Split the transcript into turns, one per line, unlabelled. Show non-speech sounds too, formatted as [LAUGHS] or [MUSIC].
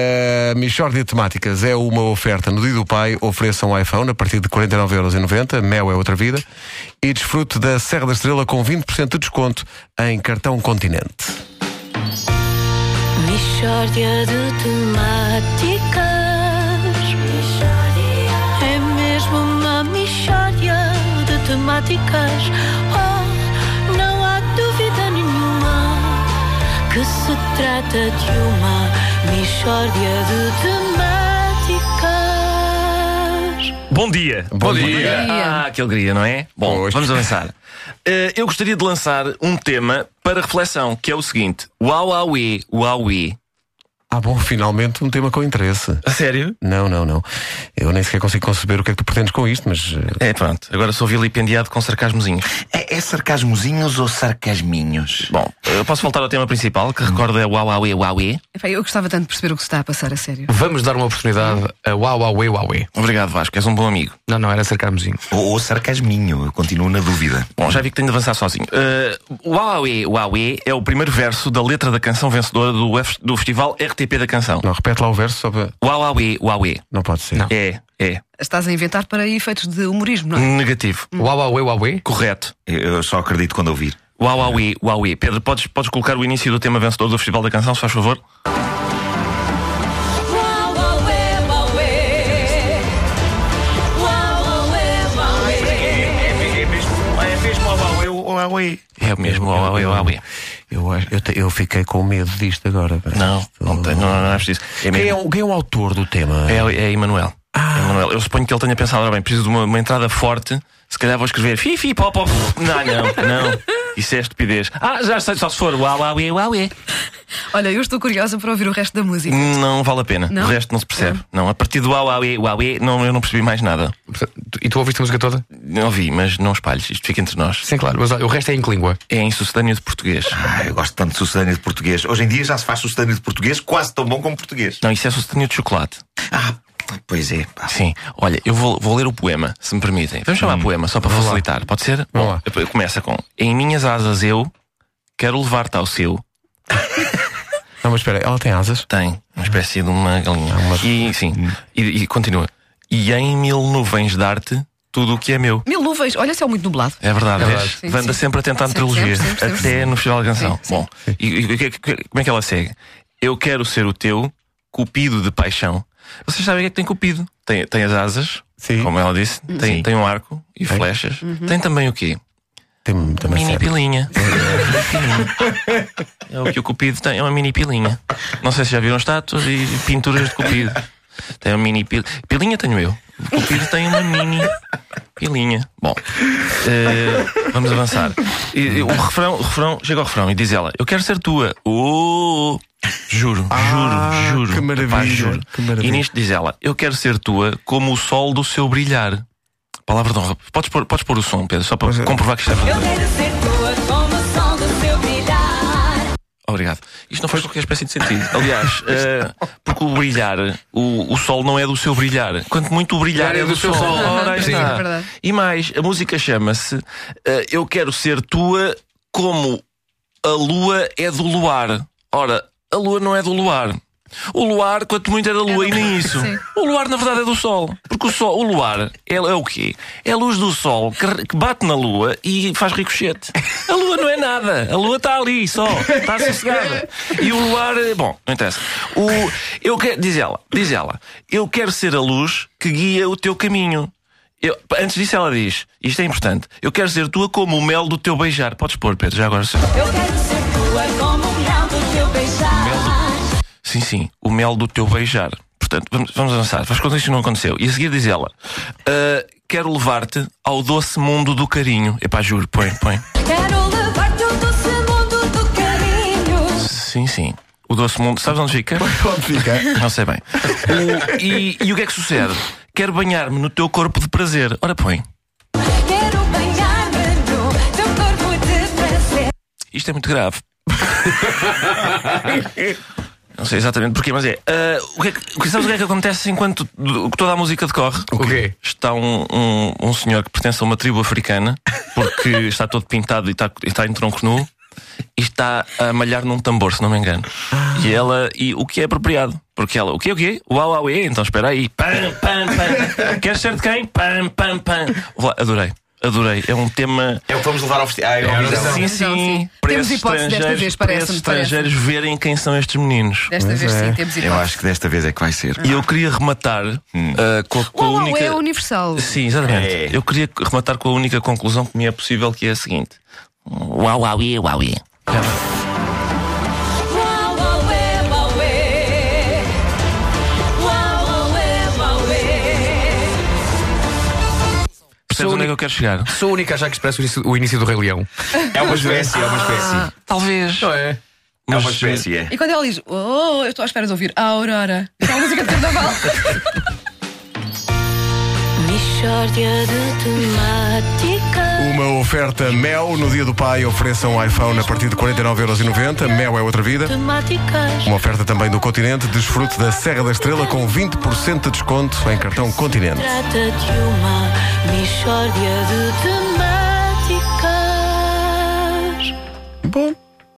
A Michórdia Eh, de Temáticas é uma oferta no Dia do Pai. Ofereça um iPhone a partir de 49,90€. Mel é outra vida. E desfrute da Serra da Estrela com 20% de desconto em cartão Continente.
Mishória de temáticas É mesmo uma mishória de temáticas Oh, não há dúvida nenhuma Que se trata de uma mishória de temáticas
Bom dia.
Bom dia.
Ah, que alegria, não é? Bom,
Pois.
vamos avançar. Eh, eu gostaria de lançar um tema para reflexão, que é o seguinte: Huawei, Huawei.
Ah, bom, finalmente um tema com interesse.
A sério?
Não, não, não. Eu nem sequer consigo conceber o que é que tu pretendes com isto, mas. eh,
É, pronto. Agora sou vilipendiado com sarcasmozinhos.
É, é sarcasmozinhos ou sarcasminhos?
Bom, eu posso voltar ao tema principal, que é recorda Huawei, Huawei.
Epá, eu gostava tanto de perceber o que se está a passar a sério.
Vamos dar uma oportunidade a Huawei Huawei.
Obrigado, Vasco, és um bom amigo.
Não, não, era sarcasmozinho.
Ou, ou sarcasminho, eu continuo na dúvida.
Bom, já vi que tenho de avançar sozinho. Eh, Huawei, Huawei é o primeiro verso da letra da canção vencedora do, F- do festival RTP da canção.
Não, repete lá o verso só para.
Huawei, Huawei.
Não pode ser.
É, é.
Estás a inventar para efeitos de humorismo, não é?
Negativo.
Huawei Huawei.
Correto.
Eu eu só acredito quando ouvir.
Huawei, Huawei. Pedro, podes, podes colocar o início do tema vencedor do Festival da Canção, se faz favor? É o mesmo, É Huawei, Huawei.
Eu, acho- eu, te- eu fiquei com medo disto agora. pá.
Não, não, tem, não, não é preciso. É
Quem é,
mesmo.
o- quem é o autor do tema?
É, é Emanuel. É Emanuel. Eu suponho que ele tenha pensado, ora bem, preciso de uma, uma entrada forte, se calhar vou escrever fifi, pop, pop. Não, não, [LAUGHS] não. Isso é estupidez. Ah, já sei, só se for Huawei, Huawei.
Olha, eu estou curiosa para ouvir o resto da música.
Não vale a pena.
Não?
O resto não se percebe. Não, a partir do Huawei, Huawei, não, eu não percebi mais nada.
E tu ouviste a música toda?
Não ouvi, mas não espalhes, isto fica entre nós.
Sim, claro. Mas olha, o resto é em que língua?
É em sucedâneo de português.
Ah, eu gosto tanto de sucedâneo de português. Hoje em dia já se faz sucedâneo de português quase tão bom como português.
Não, isso é sucedâneo de chocolate.
Ah, pois é. pá.
Sim, olha, eu vou, vou ler o poema, se me permitem. Hum. Vamos chamar poema, só para facilitar, pode ser?
Vamos lá.
Bom, começa com: Em minhas asas eu quero levar-te ao seu.
Não, mas espera, ela tem asas.
Tem uma espécie de uma galinha. E sim, e, e continua: E em mil nuvens dar-te tudo o que é meu.
Mil luvens, olha, céu muito nublado.
É verdade, vês?
Sim,
Vanda
sim.
sempre a tentar
Sempre,
trilogias,
sempre, sempre,
até
sempre.
no Festival da Canção.
Sim, sim.
Bom, e, e- e- que- como é que ela segue? Eu quero ser o teu cupido de paixão. Vocês sabem o que é que tem cupido? Tem, tem as asas,
Sim.
como ela disse,
Hum.
tem, tem um arco e
Tem.
flechas.
Uhum.
Tem também o quê?
Tem também
Mini
serve.
pilinha. é o que o cupido tem, é uma mini pilinha. Não sei se já viram estátuas e pinturas de cupido. Tem uma mini pil... pilinha tenho eu. O cupido tem uma mini pilinha. Bom, eh, vamos avançar. E, e o refrão, o refrão, chega ao refrão e diz ela: Eu quero ser tua. Oh, juro,
Ah,
juro, juro.
que maravilha,
Epá, juro.
que maravilha.
E nisto diz ela: Eu quero ser tua como o sol do seu brilhar. Palavra de honra. Podes pôr, podes pôr o som, Pedro, só para
Pois é.
comprovar que isto é verdadeiro. Obrigado. Isto não faz qualquer espécie de sentido. [LAUGHS] Aliás, eh, porque o brilhar, o, o sol não é do seu brilhar. Quanto muito o brilhar é, do, seu sol. Ora, aí
Sim,
está.
é verdade.
E mais, a música chama-se eh, Eu Quero Ser Tua Como a Lua é do Luar. Ora, a Lua não é do Luar. O luar, quanto muito é da lua,
É
e
do-
nem isso.
Sim.
O luar, na verdade, é do sol. Porque o sol, o luar, é, é o quê? É a luz do sol que, re- que bate na lua e faz ricochete. A lua não é nada. A lua está ali, só. Está sossegada. E o luar, eh, bom, não interessa. O, eu quero, diz ela, diz ela, eu quero ser a luz que guia o teu caminho. Eu- antes disso, ela diz: Isto é importante. Eu quero ser tua como o mel do teu beijar. Podes pôr, Pedro, já agora. Sim, sim, o mel do teu beijar. Portanto, vamos, vamos avançar. Faz conta que isto não aconteceu. E a seguir diz ela: "Ah, Quero levar-te ao doce mundo do carinho. Epá, juro, põe, põe.
Quero levar-te ao doce mundo do carinho
Sim, sim. O doce mundo, sabes onde fica?
Pode ficar.
Não sei bem. O- e, e o que é que sucede? Quero banhar-me no teu corpo de prazer. Ora, põe.
Quero banhar-me no teu corpo de prazer
Isto é muito grave. Não sei exatamente porquê, mas é. Ah, o que é que, sabes o que é que acontece enquanto toda a música decorre?
O quê?
Está um, um, um senhor que pertence a uma tribo africana, porque está todo pintado e está, e está em tronco nu, e está a malhar num tambor, se não me engano. E ela, e o que é apropriado? Porque ela, o quê, o quê? Uau, uau, é? Então espera aí. Pam, pam, pam. Queres ser de quem? Pam, pam, pam. Vá, Adorei, adorei. É um tema.
É o que vamos levar ao festival. Ah, Eurovisão.
Sim, sim.
Então, sim.
Preços
Temos hipótese desta
estrangeiros-
vez, parece-me,
preços estrangeiros verem quem são estes meninos.
Desta vez
é.
sim, temos
Eu
hipótese.
acho que desta vez é que vai ser.
E eu queria rematar ah, com a, com a
Uau, uau,
única.
é universal.
Sim, exatamente.
É.
Eu queria rematar com a única conclusão que me é possível, que é a seguinte: Uau, uau, e uau, e.
Uau, uau, é, uau, é. Uau, uau, é, uau, é.
Percebes
Sou
onde é
uni-
que eu quero chegar?
Sou o único a achar que expressa o início- o início do Rei Leão.
É uma espécie, é uma espécie.
Talvez.
Não é?
É uma
Mas-
espécie, é.
E quando ela diz, oh, eu estou à espera de ouvir a Aurora, [LAUGHS] que é a música de carnaval.
Mixórdia de temáticas.
Uma oferta Mel no Dia do Pai. Ofereçam um iPhone a partir de 49,90€. Mel é outra vida.
Temáticas.
Uma oferta também do Continente. Desfrute da Serra da Estrela com 20% de desconto em cartão Continente.
e Trata de uma mixórdia de temáticas.